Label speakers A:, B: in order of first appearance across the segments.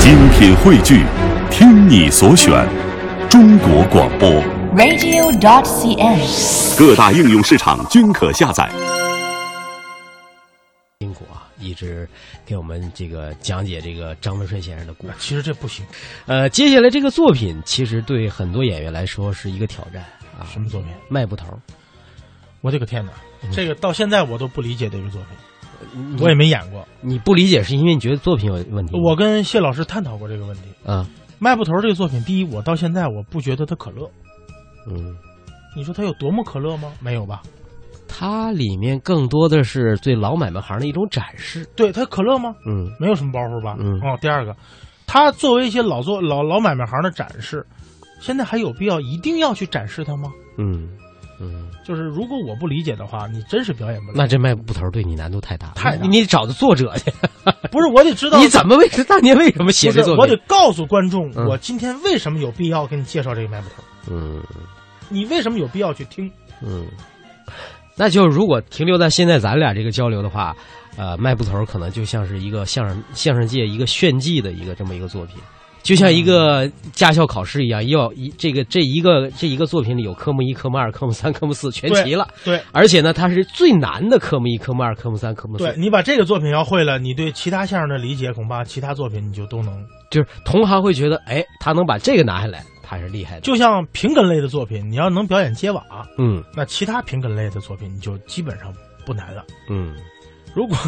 A: 精品汇聚，听你所选，中国广播。
B: radio.cn。
A: 各大应用市场均可下载。
C: 辛苦啊，一直给我们这个讲解这个张文顺先生的故事。
D: 其实这不行，
C: 呃，接下来这个作品其实对很多演员来说是一个挑战啊。
D: 什么作品？
C: 卖布头儿，
D: 我的个天哪！
C: 嗯
D: 这个到现在我都不理解这个作品，
C: 呃
D: 我也没演过。
C: 你不理解是因为你觉得作品有问题吗。
D: 我跟谢老师探讨过这个问题，
C: 啊，
D: 《卖布头》这个作品，第一，我到现在我不觉得它可乐。
C: 嗯，
D: 你说它有多么可乐吗？没有吧？
C: 它里面更多的是对老买卖行的一种展示。
D: 对，它可乐吗？
C: 嗯
D: 没有什么包袱吧？
C: 嗯
D: 哦，第二个，它作为一些老做老老买卖行的展示，现在还有必要一定要去展示它吗？
C: 嗯嗯，
D: 就是如果我不理解的话，你真是表演不了。
C: 那这卖布头儿对你难度太大，
D: 太大
C: 你你找的作者去，
D: 不是，我得知道
C: 你怎么为当年为什么写
D: 不
C: 这
D: 是
C: 作品？
D: 我得告诉观众，
C: 嗯
D: 我今天为什么有必要给你介绍这个卖布头？
C: 嗯。
D: 你为什么有必要去听？
C: 嗯，那就如果停留在现在咱俩这个交流的话，呃，卖布头可能就像是一个相声相声界一个炫技的一个这么一个作品，就像一
D: 嗯
C: 个驾校考试一样，要一这个这一个这一个作品里有科目一、科目二、科目三、科目四全齐了，
D: 对，
C: 而且呢，它是最难的科目一、科目二、科目三、科目
D: 对
C: 四，
D: 你把这个作品要会了，你对其他相声的理解，恐怕其他作品你就都能。
C: 就是同行会觉得，哎，他能把这个拿下来，他是厉害的。
D: 就像平根类的作品，你要能表演接瓦，
C: 嗯
D: 那其他平根类的作品你就基本上不难了。
C: 嗯
D: 如果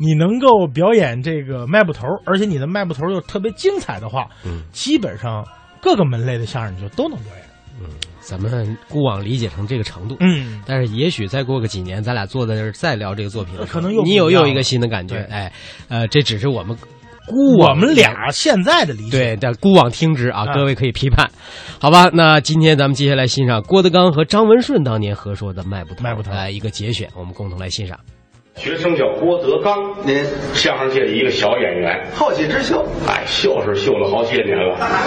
D: 你能够表演这个卖布头，而且你的卖布头又特别精彩的话，
C: 嗯，
D: 基本上各个门类的相声你就都能表演。
C: 咱们姑妄理解成这个程度，
D: 嗯，
C: 但是也许再过个几年，咱俩坐在这儿再聊这个作品的时候，
D: 可能又不
C: 你有
D: 一样
C: 又
D: 了
C: 一个新的感觉。
D: 对
C: 哎，呃，这只是我们孤
D: 我
C: 往
D: 们俩现在的理解，
C: 对，但孤往听之啊，
D: 啊
C: 各位可以批判，好吧？那今天咱们接下来欣赏郭德纲和张文顺当年合说的《卖不头》，
D: 卖布头
C: 哎，一个节选，我们共同来欣赏。
E: 学生叫郭德纲，
F: 您
E: 相声界的一个小演员。
F: 后起之秀，
E: 哎，秀是秀了好些年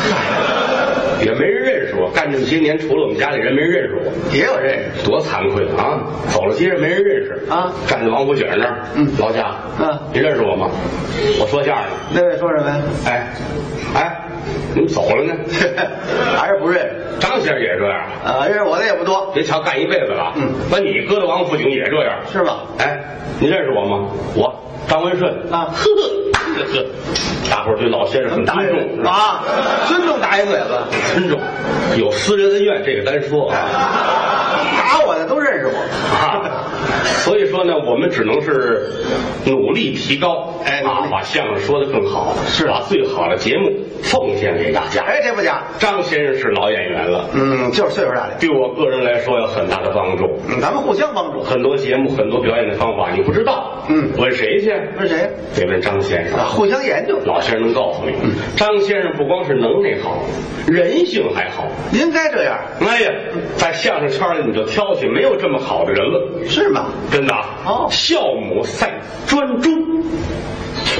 E: 了，也没人认识我。干这么些年，除了我们家里人，没人认识我，
F: 也有认识。
E: 多惭愧啊！走了街上没人认识
F: 啊
E: 站在王府井那儿，
F: 嗯
E: 老贾，
F: 嗯
E: 您认识我吗？我说相声，
F: 那位说什么呀？
E: 哎，哎，怎么走了呢？
F: 还是不认识？
E: 张先生也这样，
F: 啊，认识我的也不多，
E: 别瞧干一辈子了，
F: 嗯，
E: 把你搁到王府井也这样，
F: 是吧？
E: 哎，您认识我吗？我张文顺
F: 啊
E: 呵呵呵， 大伙儿对老先生
F: 怎么
E: 很
F: 打
E: 尊
F: 一
E: 重，是吧
F: 啊？尊重打一嘴巴，
E: 尊重，有私人恩怨这个单说 啊。
F: 打我的都认识我。
E: 啊所以说呢，我们只能是努力提高，
F: 哎努
E: 啊
F: 力，啊
E: 把相声说的更好，是把最好的节目奉献给大家。
F: 哎，这不假。
E: 张先生是老演员了，
F: 嗯，就是岁数大点。
E: 对我个人来说有很大的帮助。
F: 嗯，咱们互相帮助。
E: 很多节目、很多表演的方法你不知道，
F: 嗯
E: 问谁去？
F: 问谁？
E: 得问张先生
F: 啊，。互相研究。
E: 老先生能告诉你，
F: 嗯
E: 张先生不光是能耐好，人性还好。
F: 应该这样，
E: 哎呀，在相声圈里你就挑去，没有这么好的人了，
F: 是吗？
E: 真的啊！
F: 哦
E: 孝母赛专诸，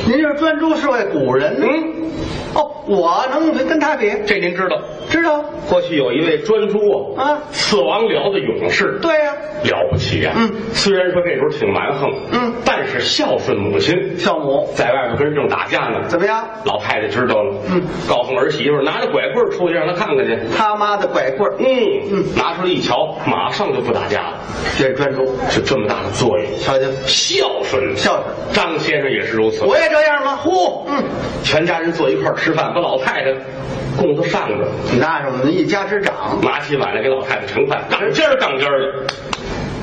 F: 您这专诸是位古人呢。
E: 嗯，
F: 哦，我能跟他比，
E: 这您知道？
F: 知道？
E: 过去有一位专诸啊，
F: 啊
E: 刺王辽的勇士，
F: 对呀、
E: 了不起呀、啊
F: 嗯，
E: 虽然说这时候挺蛮横，
F: 嗯
E: 但是孝顺母亲，
F: 孝母
E: 在外边跟人正打架呢，
F: 怎么样？
E: 老太太知道了，
F: 嗯，
E: 告诉儿媳妇儿拿着拐棍儿出去让她看看去。
F: 他妈的拐棍儿，
E: 嗯
F: 嗯
E: 拿出来一瞧，马上就不打架了，
F: 这是专诸，
E: 就这么大的作用，
F: 瞧瞧，
E: 孝顺，
F: 孝顺。
E: 张先生也是如此，
F: 我也这样吗？呼，嗯，
E: 全家人坐一块儿吃饭，把老太太供到上边，
F: 那是我们一家之长，
E: 拿起碗来给老太太盛饭，当尖儿当尖儿的，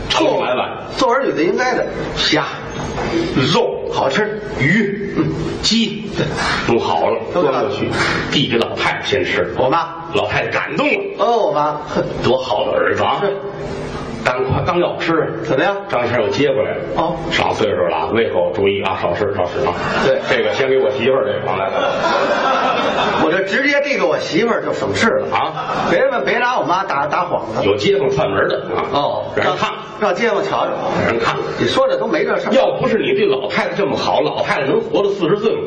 E: 盛一满碗，
F: 做儿女的应该的。虾
E: 肉
F: 好吃，嗯
E: 鱼、鸡弄好了，
F: 都
E: 端
F: 给老
E: 过去，递给老太太先吃。
F: 我妈，
E: 老太太感动了，
F: 哦，我妈，哼
E: 多好的儿子啊
F: 是！
E: 刚快刚要吃，啊
F: 怎么样？
E: 张先生又接过来了。
F: 哦
E: 上岁数了，胃口注意啊，少吃少吃啊。
F: 对
E: 这个先给我媳妇儿这个来
F: 我这直接递给我媳妇儿就省事了
E: 啊！
F: 别问，别拿我妈打打幌子。
E: 有街坊串门的啊，
F: 哦，
E: 让人看，
F: 让街坊瞧瞧。
E: 让人看。
F: 你说这都没这事儿，
E: 要不是你对老太太这么好，老太太能活到四十岁吗？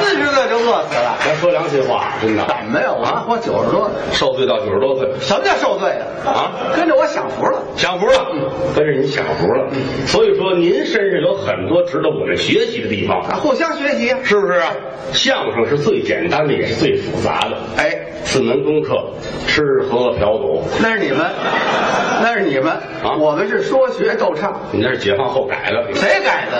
F: 四十岁就饿死了。
E: 咱说良心话，真的，
F: 怎么呀？我还活九十多，
E: 受罪到九十多岁，
F: 什么叫受罪啊？
E: 啊
F: 跟着我享福了。
E: 享福
F: 嗯
E: 了，跟着您享福了。所以说，您身上有很多值得我们学习的地方，
F: 啊，互相学习。
E: 是不是啊？相声是最简单的，也是最复杂的。
F: 哎，
E: 四门功课：吃、喝、嫖、赌。
F: 那是你们，那是你们
E: 啊
F: 我们是说学逗唱。
E: 你那是解放后改的
F: 谁改的？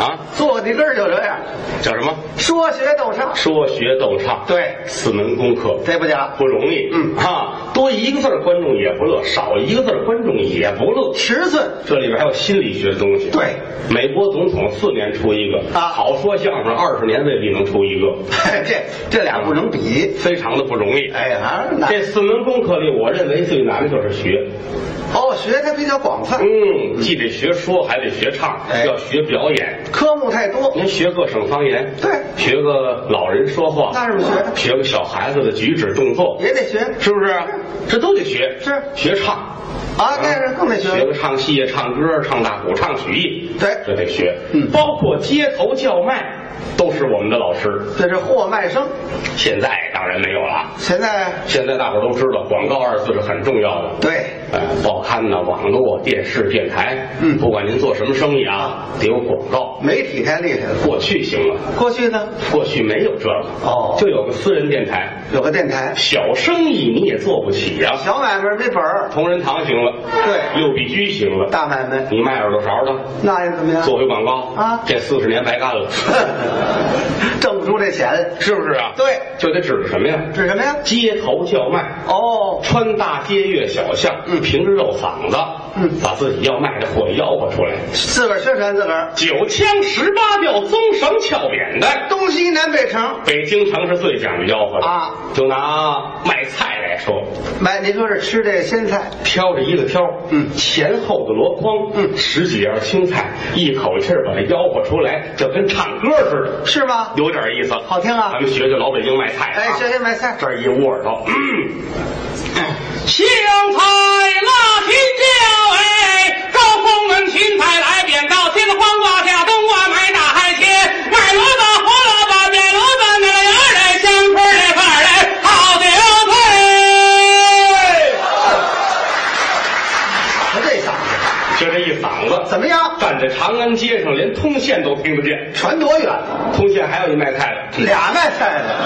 E: 啊？
F: 坐地根儿就这样，
E: 叫什么？
F: 说学逗唱，
E: 说学逗唱，
F: 对
E: 四门功课，
F: 这不假。
E: 不容易。
F: 嗯
E: 啊，多一个字儿观众也不乐，少一个字儿观众也不乐。
F: 十寸，
E: 这里边还有心理学的东西。
F: 对，
E: 美国总统四年出一个，
F: 啊
E: 好说相声二十年未必能出一个，
F: 这这俩不能比。
E: 非常的不容易。
F: 哎呀，那
E: 嗯这四门功课里，我认为最难的就是学。
F: 哦，学它比较广泛，
E: 嗯，既得学说，还得学唱，
F: 哎
E: 要学表演。
F: 科目太多。
E: 您学各省方言，
F: 对
E: 学个老人说话，
F: 那是不是学
E: 学个小孩子的举止动作，
F: 也得学
E: 是不是？这都得学，
F: 是
E: 学唱，
F: 啊？那是更得学
E: 嗯学个唱戏呀、唱歌、唱大鼓、唱曲艺，
F: 对
E: 这得学。
F: 嗯
E: 包括街头叫卖，都是我们的老师。
F: 这是货卖声。
E: 现在当然没有了，
F: 现在
E: 现在大伙儿都知道，广告二字是很重要的。
F: 对，
E: 呃，报刊呐、网络、电视、电台，
F: 嗯
E: 不管您做什么生意啊，得有广告。
F: 媒体太厉害了。
E: 过去行了，
F: 过去呢，
E: 过去没有这个，
F: 哦
E: 就有个私人电台，
F: 有个电台，
E: 小生意你也做不起呀、
F: 小买卖没本儿，
E: 同仁堂行了，
F: 对
E: 六必居行了，
F: 大买卖
E: 你卖耳朵勺的，
F: 那又怎么样？
E: 做回广告
F: 嗯啊
E: 这四十年白干了，
F: 挣不出这钱，
E: 是不是啊？
F: 对
E: 就得指着什么呀？
F: 指什么呀？
E: 街头叫卖。
F: 哦，
E: 穿大街越小巷，
F: 嗯
E: 凭着肉嗓子，
F: 嗯
E: 把自己要卖的货吆喝出来，
F: 自个儿宣传自个儿，
E: 九腔十八调，棕绳翘扁担。
F: 东西南北城
E: 北京城是最讲究吆喝的
F: 啊！
E: 就拿卖菜来说，
F: 买，您说是吃这鲜菜，
E: 挑着一个挑，
F: 嗯
E: 前后的箩筐，
F: 嗯
E: 十几样青菜，一口气儿把它吆喝出来，就跟唱歌似的，
F: 是吗？
E: 有点意思，
F: 好听啊
E: 咱们学学老北京卖菜啊，
F: 哎，学学买菜，
E: 这儿一窝耳朵，嗯，香菜、辣青椒，哎，高风门芹菜来扁豆，金黄瓜、下冬瓜，买大海鲜，买萝卜、胡萝卜、扁萝卜，那个芽儿来，香椿儿来，瓣儿来，好韭菜。
F: 瞧这嗓子
E: 就这一嗓子，
F: 怎么样？
E: 站在长安街上，连通县都听得见。
F: 传多远？
E: 通县还有一卖菜的，
F: 俩卖菜的，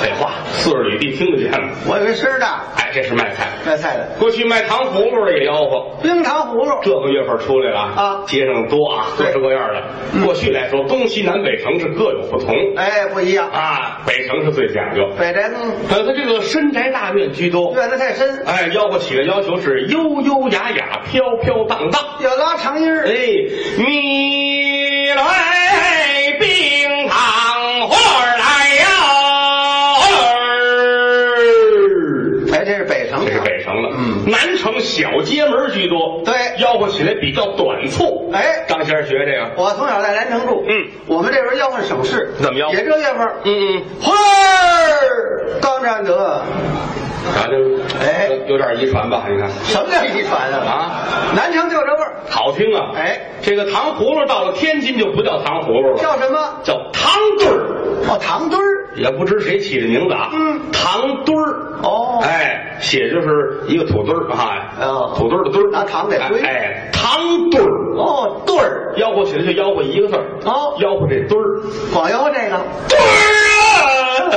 E: 废话，四十里地听得见了。
F: 我以为声儿大，
E: 哎，这是卖菜。
F: 卖菜的
E: 过去卖糖葫芦的也吆喝，
F: 冰糖葫芦，
E: 这个月份出来了
F: 啊
E: 街上多啊，各
F: 对
E: 式各样的。
F: 嗯
E: 过去来说，东西南北城是各有不同
F: 哎，不一样，
E: 啊，北城是最讲究。
F: 北宅子
E: 呃，它这个深宅大院居多，
F: 院子太深，
E: 哎，吆喝起来要求是悠悠雅雅、飘飘荡荡。
F: 要拉长音
E: 哎
F: 儿，，
E: 你来冰糖葫芦来呀，葫芦儿
F: 哎，这是北城，
E: 这是北城了，
F: 嗯
E: 南城小街门居多，
F: 对
E: 吆喝起来比较短促。
F: 哎
E: 张先生学这个，
F: 我从小在南城住，
E: 嗯，
F: 我们这边吆喝省市，
E: 怎么吆喝
F: 也这月份儿，
E: 嗯
F: 葫芦儿刚占得，
E: 嗯，啥这，
F: 哎
E: 有点遗传吧？你看，
F: 什么叫遗传啊？
E: 啊，
F: 南城就这味儿，
E: 好听啊！
F: 哎，
E: 这个糖葫芦到了天津就不叫糖葫芦了，
F: 叫什么？
E: 叫糖墩儿，
F: 哦，糖墩儿，
E: 也不知谁起的名字啊。
F: 嗯
E: 糖墩儿。
F: 哦
E: 哎，写就是一个土墩儿啊，
F: 哦
E: 土墩儿的墩儿，
F: 拿糖给堆
E: 哎，糖墩儿。
F: 哦，墩儿，
E: 吆喝起来就吆喝一个字儿，
F: 哦
E: 吆喝这墩儿，
F: 光吆喝这个，
E: 对儿啊，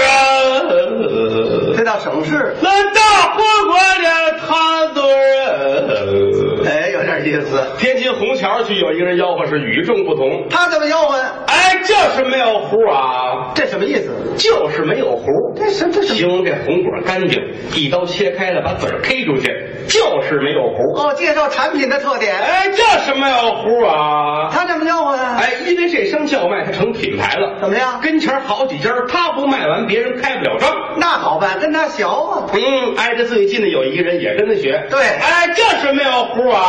E: 对儿啊，
F: 这叫省市，
E: 那大火锅的汤墩儿啊。
F: 哎，有点意思。
E: 天津虹桥区有一个人吆喝是与众不同，
F: 他怎么吆喝？
E: 哎，就是没有糊啊，
F: 这什么意思？
E: 就是没有糊。
F: 这什这什
E: 形
F: 么？
E: 容这红果干净，一刀切开了把籽儿 K 出去，就是没有糊。
F: 哦，介绍产品的特点。
E: 哎，就是没有糊啊。
F: 他怎么吆喝呀？，
E: 哎，因为这声叫卖，它成品牌了。
F: 怎么样？
E: 跟前儿好几家儿，他不卖完，别人开不了张。
F: 那好办，跟他学啊。
E: 嗯，挨着最近的有一个人也跟他学。
F: 对
E: 哎，这是没有糊啊，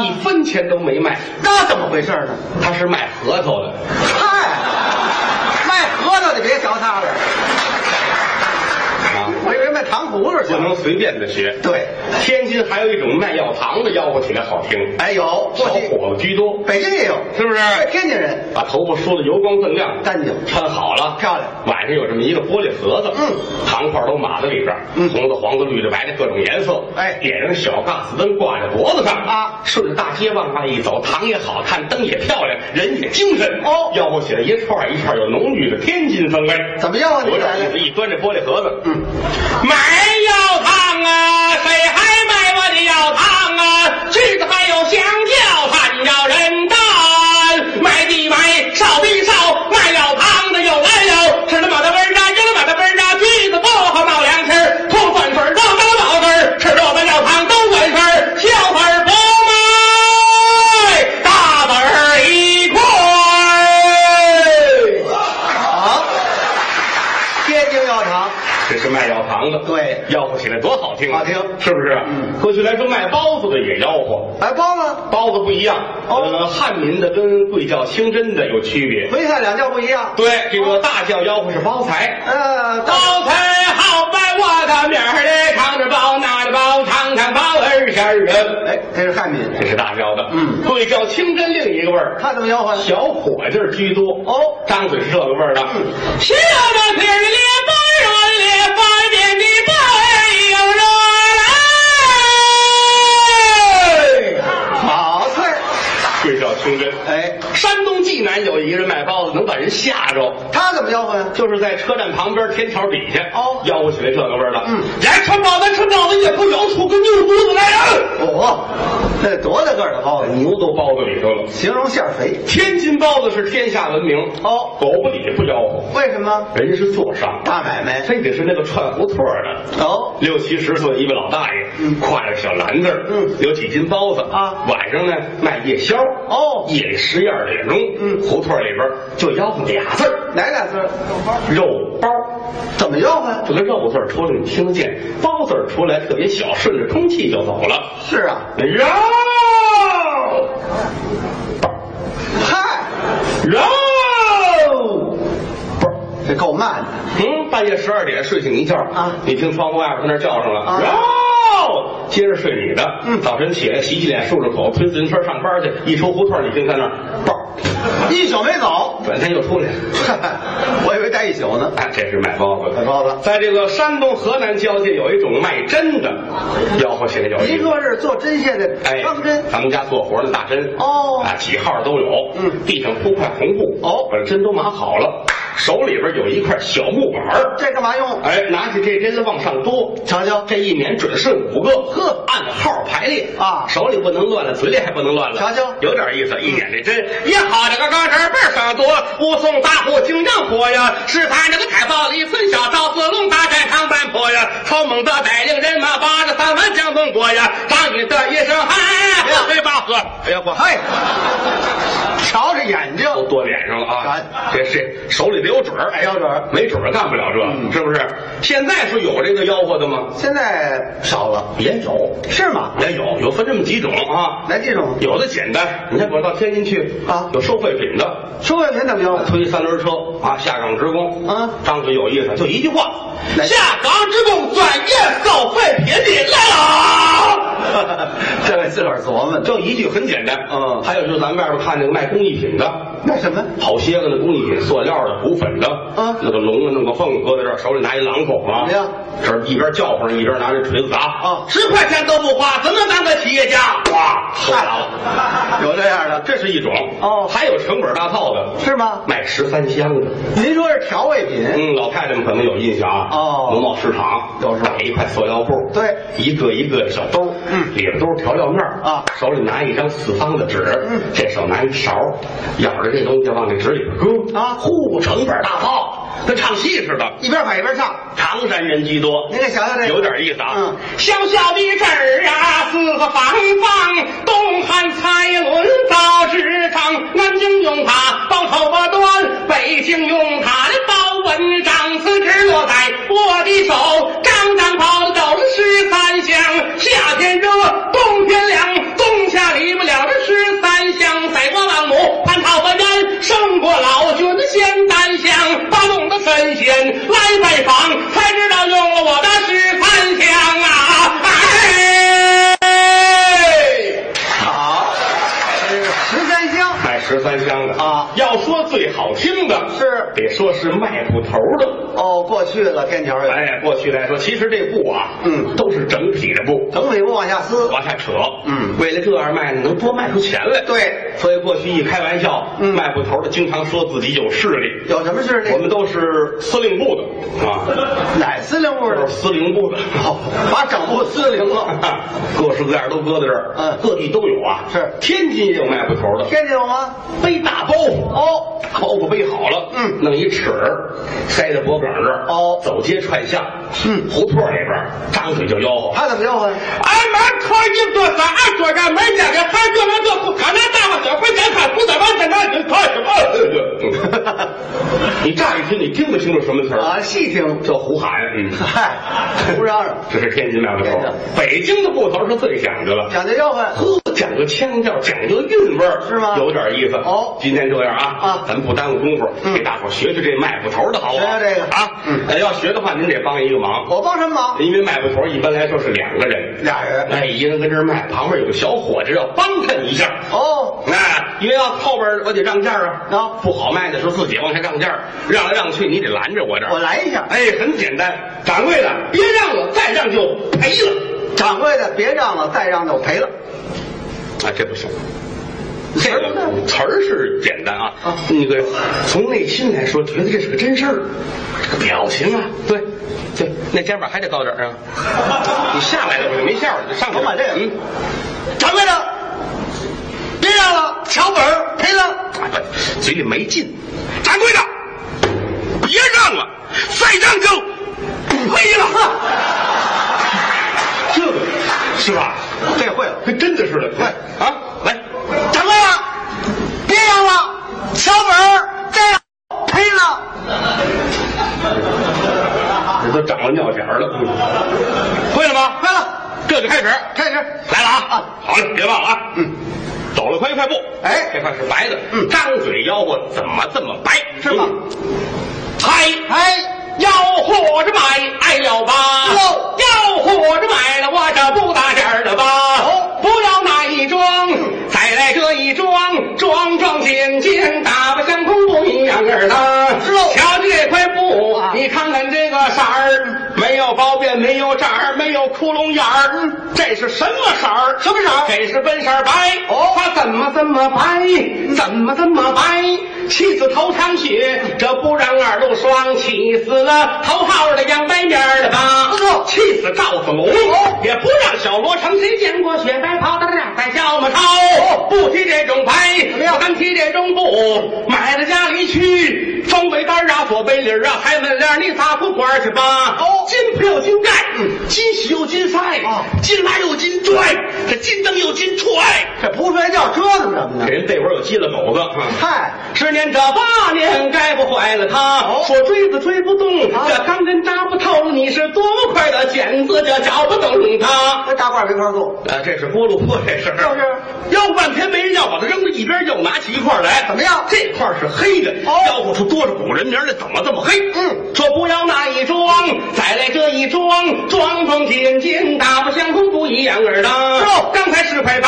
F: 啊
E: 一分钱都没卖，
F: 那怎么回事呢？
E: 他是卖核桃的。
F: 嗨，卖核桃的别学他了，
E: 啊，
F: 我以为卖糖葫胡同去
E: 不能
F: 了。
E: 随便的学。
F: 对，
E: 天津还有一种卖药糖的吆喝起来好听，
F: 哎，有
E: 小
F: 过去
E: 伙子居多，
F: 北京也有，
E: 是不是？
F: 对天津人
E: 把头发梳得油光锃亮，
F: 干净
E: 穿好了，
F: 漂亮。
E: 晚上有这么一个玻璃盒子，
F: 嗯，
E: 糖块都码在里边儿，
F: 嗯
E: 红的、黄的、绿的、白的各种颜色，
F: 哎
E: 点上小杠子灯挂在脖子上
F: 啊
E: 顺着大街往外一走，糖也好看，灯也漂亮，人也精神
F: 哦
E: 吆喝起来一串儿一串儿有浓郁的天津风味。
F: 怎么样啊？
E: 我
F: 你来
E: 这
F: 了
E: 一端着玻璃盒子，
F: 嗯，
E: 买药汤啊，谁还买我的药汤啊？柿子还有香蕉，看着人蛋，买的买，少的少，卖药汤的有来有，吃了马的味儿啊，有了马的味儿啊，橘子薄荷冒凉气儿，吐酸水儿，倒当老汁儿，吃我的药汤都管事儿，小子儿不卖，大子儿一块儿。
F: 好，天津药厂，
E: 这是卖药糖的，
F: 对
E: 吆喝起来多好听啊！
F: 好听
E: 是不是？
F: 嗯
E: 过去来说卖包子的也吆喝，
F: 哎，包子
E: 包子不一样，
F: 哦
E: 呃，汉民的跟贵教清真的有区别。
F: 回汉两教不一样。
E: 对，这个大轿吆喝是包财，
F: 呃，
E: 包菜好卖我的面儿嘞，扛着包拿着包，尝尝包二十儿啊！
F: 哎，这是汉民，
E: 这是大轿的，
F: 嗯
E: 贵教清真另一个味儿，
F: 看怎么吆喝了。
E: 小伙计儿居多
F: 哦
E: 张嘴是这个味儿的。
F: 嗯
E: 小的皮儿啊咧，包软咧，包边的包儿有热嘞。
F: 好脆儿，
E: 这叫哎清真。
F: 哎，
E: 山东济南有一个人卖包子，能把人吓着。
F: 他怎么吆喝呀？
E: 就是在车站旁边天桥底下，
F: 哦
E: 吆喝起来这个味儿了。
F: 嗯
E: 来吃包子，吃包子也不咬醋，跟牛犊子来人，
F: 我，这多大个儿的包子？
E: 牛都包子里头了。
F: 形容馅儿肥。
E: 天津包子是天下闻名，
F: 哦
E: 狗不理不吆喝，
F: 为什么？
E: 人家是做商，
F: 大买卖。
E: 非得是那个串胡同儿的，
F: 哦，
E: 六七十岁一位老大爷，
F: 嗯
E: 挎着小篮子儿，
F: 嗯
E: 有几斤包子
F: 啊
E: 晚上呢卖夜宵，
F: 哦
E: 夜里十一二点钟，
F: 嗯
E: 胡同里边儿就吆喝俩字儿
F: 哪俩字儿？
E: 肉包。
F: 怎么吆喝呀？
E: 这个肉字儿出来你听得见，包字儿出来特别小，顺着空气就走了。
F: 是啊，
E: 肉
F: 嗨，
E: 肉包，
F: 这够慢的。
E: 嗯，半夜十二点睡醒一觉
F: 啊
E: 你听窗户外边跟那儿叫上了，
F: 啊
E: 哟，接着睡你的。
F: 嗯
E: 早晨起来洗洗脸，漱漱口，推自行车上班去，一出胡同，你听在那儿爆，
F: 一宿没走，
E: 转天又出来。
F: 我以为待一宿呢。
E: 哎，这是卖包子
F: 买
E: 的。
F: 包子，
E: 在这个山东河南交界有一种卖针的，吆喝起来有意
F: 您
E: 思。
F: 说是做针线的
E: 哎，
F: 钢针，
E: 咱们家做活的大针
F: 哦
E: 啊，几号都有。
F: 嗯
E: 地上铺块红布
F: 哦
E: 把针都码好了，手里边有一块小木板儿，
F: 这干嘛用？
E: 哎，拿起这针往上多，
F: 瞧瞧，
E: 这一年准是五个，呵，按号排列
F: 啊
E: 手里不能乱了，嘴里还不能乱了。
F: 瞧瞧嗯
E: 有点意思。一点这针，也好这个钢针倍儿上多，武松打虎经常活呀，是他那个太暴力，孙小赵子龙大战长坂坡呀，曹猛的带领人马八十三万将中国呀，张允的一声喊，喝杯吧喝，
F: 哎呀，我嗨，瞧这眼睛，
E: 都剁脸上了啊
F: 啊！
E: 这这手里得有准儿，
F: 哎有准儿
E: 没准儿干不了这，是不是？现在是有这个吆喝的吗？
F: 嗯现在少了，
E: 也有，
F: 是吗？
E: 也有，有分这么几种啊。
F: 来这种
E: 有的简单，你看我到天津去
F: 啊
E: 有收废品的，
F: 收费员怎么吆喝？
E: 推三轮车啊，下岗职工
F: 啊
E: 张嘴有意思，就一句话，
F: 哪句
E: 下岗职工转业收废品的来了。
F: 这位自个儿琢磨的，
E: 就一句很简单，
F: 嗯
E: 还有就是咱外边看那个卖工艺品的，
F: 那什么？
E: 好些个那工艺品，塑料的、骨粉的，
F: 啊
E: 那个龙啊，弄个凤，搁在这儿，手里拿一榔头啊，
F: 怎么样
E: 这儿一边叫唤一边拿这锤子砸
F: 啊
E: 十块钱都不花，怎么当个企业家？ 哇，收砸了。
F: 有这样的，
E: 这是一种
F: 哦
E: 还有成本大炮的，
F: 是吗？
E: 卖十三香的。
F: 您说是调味品，
E: 嗯，老太太们可能有印象啊。
F: 哦
E: 农贸市场
F: 有时候
E: 摆一块塑料布，
F: 对，
E: 一个一个的小兜，
F: 嗯
E: 里边都是调料面儿
F: 啊
E: 手里拿一张四方的纸，
F: 嗯
E: 这手拿一勺，舀着这东西往这纸里边搁
F: 啊
E: 呼，成本大炮，跟唱戏似的。
F: 一边摆一边唱，
E: 唐山人居多，
F: 您给想想这个
E: 有点意思啊。
F: 嗯，
E: 小小的纸儿啊，四个方方，东汉蔡伦造纸张，南京用它包绸布缎，北京用它来包文章。此纸落在我的手，张张包的都是十三香，夏天热，冬天凉，冬夏里面两是十三香，赛过王母，蟠桃花园，胜过老君仙丹香，八洞的神仙来拜访，才知道用了我的十三啊哎香的
F: 啊
E: 要说最好听的，
F: 是
E: 得说是卖布头的。
F: 哦，过去了，天桥有
E: 哎，过去来说，其实这布啊，
F: 嗯
E: 都是整体的布，
F: 整尾部往下撕，
E: 往下扯。
F: 嗯
E: 为了这样卖呢，能多卖出钱来。
F: 对，
E: 所以过去一开玩笑，
F: 嗯
E: 卖布头的经常说自己有势力。
F: 有什么事呢？
E: 我们都是司令部的啊，
F: 哪司令部
E: 都
F: 的
E: 是？司令部的。
F: 哦，把整部司令了。
E: 各式各样都搁在这儿，
F: 嗯
E: 各地都有啊。
F: 是
E: 天津也有卖布头的，
F: 天津有吗？
E: 背大包哦，大包袱背好了，
F: 嗯
E: 弄一尺塞在脖梗这儿
F: 哦
E: 走街串巷，
F: 嗯
E: 胡同里边儿张嘴就吆喝。
F: 他怎么吆喝呀？
E: 俺们可以做啥？俺做干没家的，还做那做不可能，大伙小不健康，不怎么在那人靠什么？ 你乍一听，你听不清楚什么词儿
F: 啊，细听，
E: 这胡喊，嗯，
F: 嗨，胡嚷嚷，
E: 这是天津卖布头
F: 天津，
E: 北京的布头是最讲究了。
F: 讲究吆喝，
E: 呵，讲究腔调，讲究韵味儿，
F: 是吗
E: 有点意思。
F: 啊哦
E: 今天这样啊，
F: 啊
E: 咱不耽误功夫，
F: 嗯
E: 给大伙儿学学这卖布头的好不好？
F: 学学这个
E: 啊，
F: 嗯哦
E: 呃要学的话，您得帮一个忙，
F: 我帮什么忙？
E: 因为卖布头一般来说是两个人，
F: 俩人
E: 哎，一人跟这儿卖，旁边有个小伙子要帮衬一下。
F: 哦，
E: 哎，因为要后边我得让价啊，
F: 啊
E: 不好卖的时候自己往下让价，让来让去你得拦着我这儿。
F: 我来一下。
E: 哎，很简单，掌柜的，别让了，再让就赔了。
F: 掌柜的，别让了，再让就赔了。
E: 啊，这不行。这个词儿是简单啊，
F: 啊
E: 那个从内心来说，觉得这是个真事儿，这个表情啊，对，对，那肩膀还得高点儿啊， 你下来了我就没下来，就上去了
F: 我把这个
E: 嗯，
F: 掌柜的，别让了，小本儿赔了。
E: 哎不嘴里没劲，掌柜的，别让了，再让就没 了，这个是吧？
F: 这会了，
E: 还真的是的，快啊，来，
F: 掌柜的，别让了，小本儿再让赔了。
E: 这都长了尿点儿了，嗯会了吗？
F: 赔了，
E: 这就开始，
F: 开始。
E: 来了啊！好嘞，别忘了啊！嗯，走了快一快步，
F: 哎
E: 这块是白的，
F: 嗯
E: 张嘴吆喝怎么这么白？
F: 是吗
E: 嗯？嗨，
F: 哎，
E: 吆喝着买，哎了吧？
F: 哟
E: 吆喝着买了，我这不搭点儿的吧？
F: 哦
E: 不要那一桩，再来这一桩，桩桩件件打扮相同不一样儿的。
F: 是喽
E: 瞧瞧这块布
F: 啊
E: 你看看这个色儿，没有包边，没有褶儿，没有窟窿眼儿，这是什么色儿？什么色儿？这是本色儿白。
F: 哦
E: 它怎么这么白？怎么这么白？气死头场雪，这不让二路霜，气死了头号的杨白面儿了吧？
F: 不错
E: 气死赵子龙，也不让小罗成谁见过雪白袍的俩在笑么超，不提这种白，不敢提这种布，买到家里去，双背单啊，左背领啊，开门帘儿你撒裤管儿去吧。
F: 哦
E: 金配有金盖，金喜有金塞
F: 啊，
E: 金拉有金拽，这金灯有金踹。
F: 这不睡觉折腾什么呢
E: 给？人这会儿有鸡了狗子，
F: 嗨，
E: 十年这八年，该不坏了他。说追子追不动，
F: 啊
E: 这钢针扎不透，你是多么快的剪子，这搅不动他。
F: 那大褂没法做，
E: 啊，这是菠萝货，这是
F: 就是
E: 要半天没人要，把它扔到一边，又拿起一块儿来，
F: 怎么样
E: 这块儿是黑的，
F: 哦
E: 吆喝出多少古人名来，怎么这么黑？
F: 嗯，
E: 说不要那一桩，再来这一桩，桩桩件件大不相同，不一样儿的。
F: 哦
E: 刚才是块白，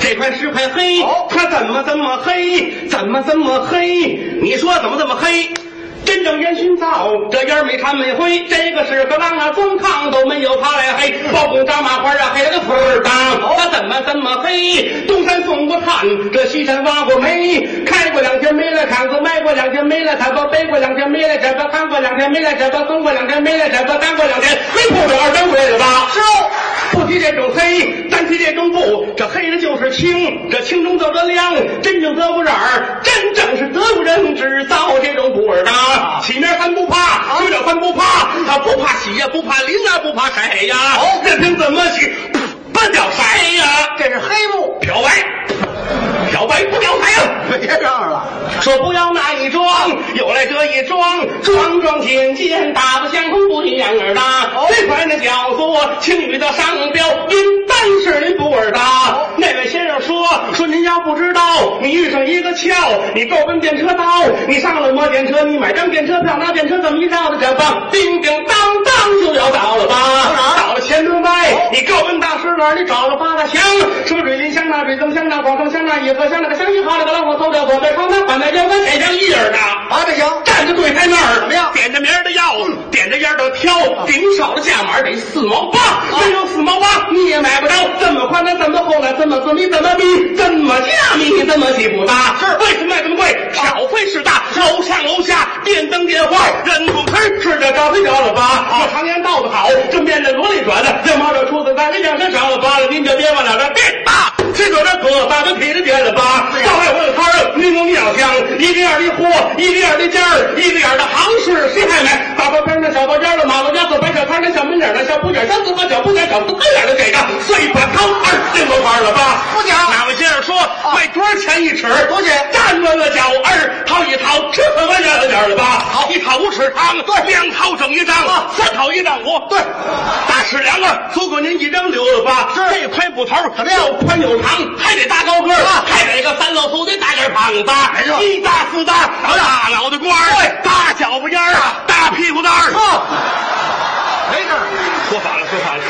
E: 这块是块黑
F: 哦，
E: 它怎么这么黑？怎么这么黑？你说怎么这么黑？真正烟熏灶，这烟儿没掺没灰，这个是个浪啊，光炕都没有它来黑。包公扎马花啊，黑了个腿儿当，它怎么这么黑？东山送过炭，这西山挖过煤，开过两天没了坎子，卖过两天没了坦子，背过两天没了枕头，看过两天没了枕头，蹲过两天没了枕头，干过两天没铺了二针回来了吧？是不提这种黑，单提这种布，这黑的就是青，这青中透着亮。真正德国人儿，真正是德国人制造这种布尔的。
F: 啊
E: 起面翻不怕，对着翻不怕，他不怕洗呀，不怕淋啊，不怕晒呀。哦，任凭怎么洗，不掉晒呀。
F: 这是黑幕，
E: 漂白，漂白不掉晒啊呀。
F: 别嚷嚷了。
E: 说不要那一桩，有来这一桩，桩桩件件大不相同，不一样儿的。这块那叫做青雨的商标，因单是您不尔的。那位先生说说您您要不知道，你遇上一个壳，你够奔电车道，你上了摩电车，你买张电车票，拿电车这么一绕的这棒，叮叮当当就要到了吧？到了乾隆
F: 哦
E: 外，你够奔大石栏，你找了八大箱，什么水林香那水增香那广城香那野鹤香那个香一好那个浪花偷着左边窗那反在腰杆点香一人的。
F: 啊，这行，
E: 站在柜台那儿，
F: 怎么样嗯啊
E: 点着名儿的要，点着烟儿的挑，顶少的价码得四毛八，真有四毛八你也买不着。这么宽的，这么厚的，这么紫米，这么密，这么加密，这么几不搭。是为什么卖这么贵？
F: 啊
E: 挑费事大，楼上楼下电灯电话，人不吭，吃的高飞着了吧？这常言道的好，这面的萝里转的，这毛这出子大，这两根少了吧了，您就别往了这别搭。这个那左大跟撇着点了吧？到外我的摊儿，柠檬酿香，一个样的货，一个样的尖儿，一个样的行市，谁还买？大包边的小包间的，马路边的白小摊儿的，小门脸的小铺脸，三四个小铺脸，小四个脸的这个，碎把汤二这么玩了吧？
F: 不讲
E: 哪位先生说卖哦多少钱一尺？
F: 多少钱
E: 站稳了脚儿，掏一掏，吃可完远了点儿了吧？好，一掏五尺汤，对，两掏整一丈，三掏一丈五，对，大尺量啊，足够您一张留了吧？是，这块布头怎么样？啊又宽又长，还得搭高个儿，还得一个三老粗的大脸膀子，没
F: 错
E: 一大四大，大脑袋瓜儿，对，大脚巴尖儿啊，哦大屁股蛋儿，
F: 没事儿，
E: 说反了，说反了。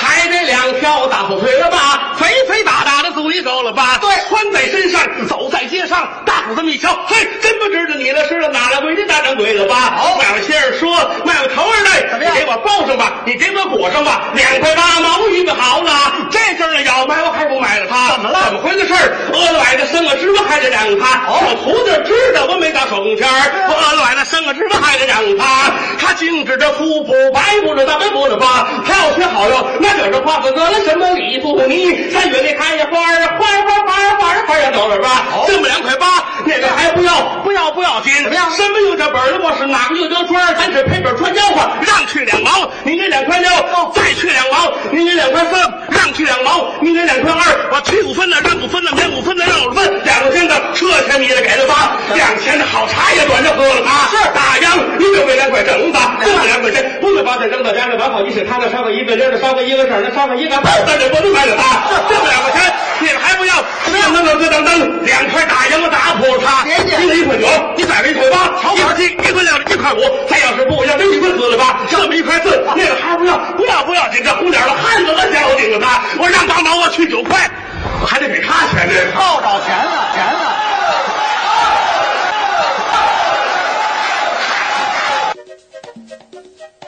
E: 还得两条大火腿了吧，肥肥大大的足一够了吧？对，穿在身上，走在街上，大伙儿这么一瞧，嘿，真不知道你了，知道哪了鬼的大掌柜了吧？好，卖我先生说，卖我头儿来，
F: 怎么样
E: 你给我包上吧，你给我裹上吧，两块八毛一个好了。这阵儿呢，要卖我还不买了它？怎么了？怎么回事儿？饿了崴的生个芝麻还得让它。小徒弟知道我没到手天儿，我饿了崴的生个芝麻还得让它。他净指着粗布白布着大白布着吧，他要学好了，那就是花子哥了什么礼不泥，三月那开呀花儿，花儿花儿花儿花儿花儿呀走了吧，这么两块八，那个还不要不要不要紧，怎么样？什么有这本儿的，我是哪个有这砖儿，咱只赔本穿吆喝，让去两毛，您给两块六，再去两毛，您给两块三，让去两毛，您给两块二，我去五分的，让五分的，免五分的，让五分，两块钱的，这钱你也给了吧，两钱的好茶也短着喝了吧，是大秧，您就给两块整吧，这两块钱不能把它扔到家里，完好一使他那烧个一个，扔的烧个一个色儿，那烧个一个，咱这不能卖了它，这两块钱你们还不要，当当当当当，两块大秧我打破它，一人一块九，你宰了一块八，一块七，一块两，一块五，咱要是不要，扔一块四了吧，这么一块四，那个还不要，不要不要紧，这红脸
F: 哦
E: 的汉子我小顶了他，我让八毛我去九块，我还得给他钱呢。
F: 倒找钱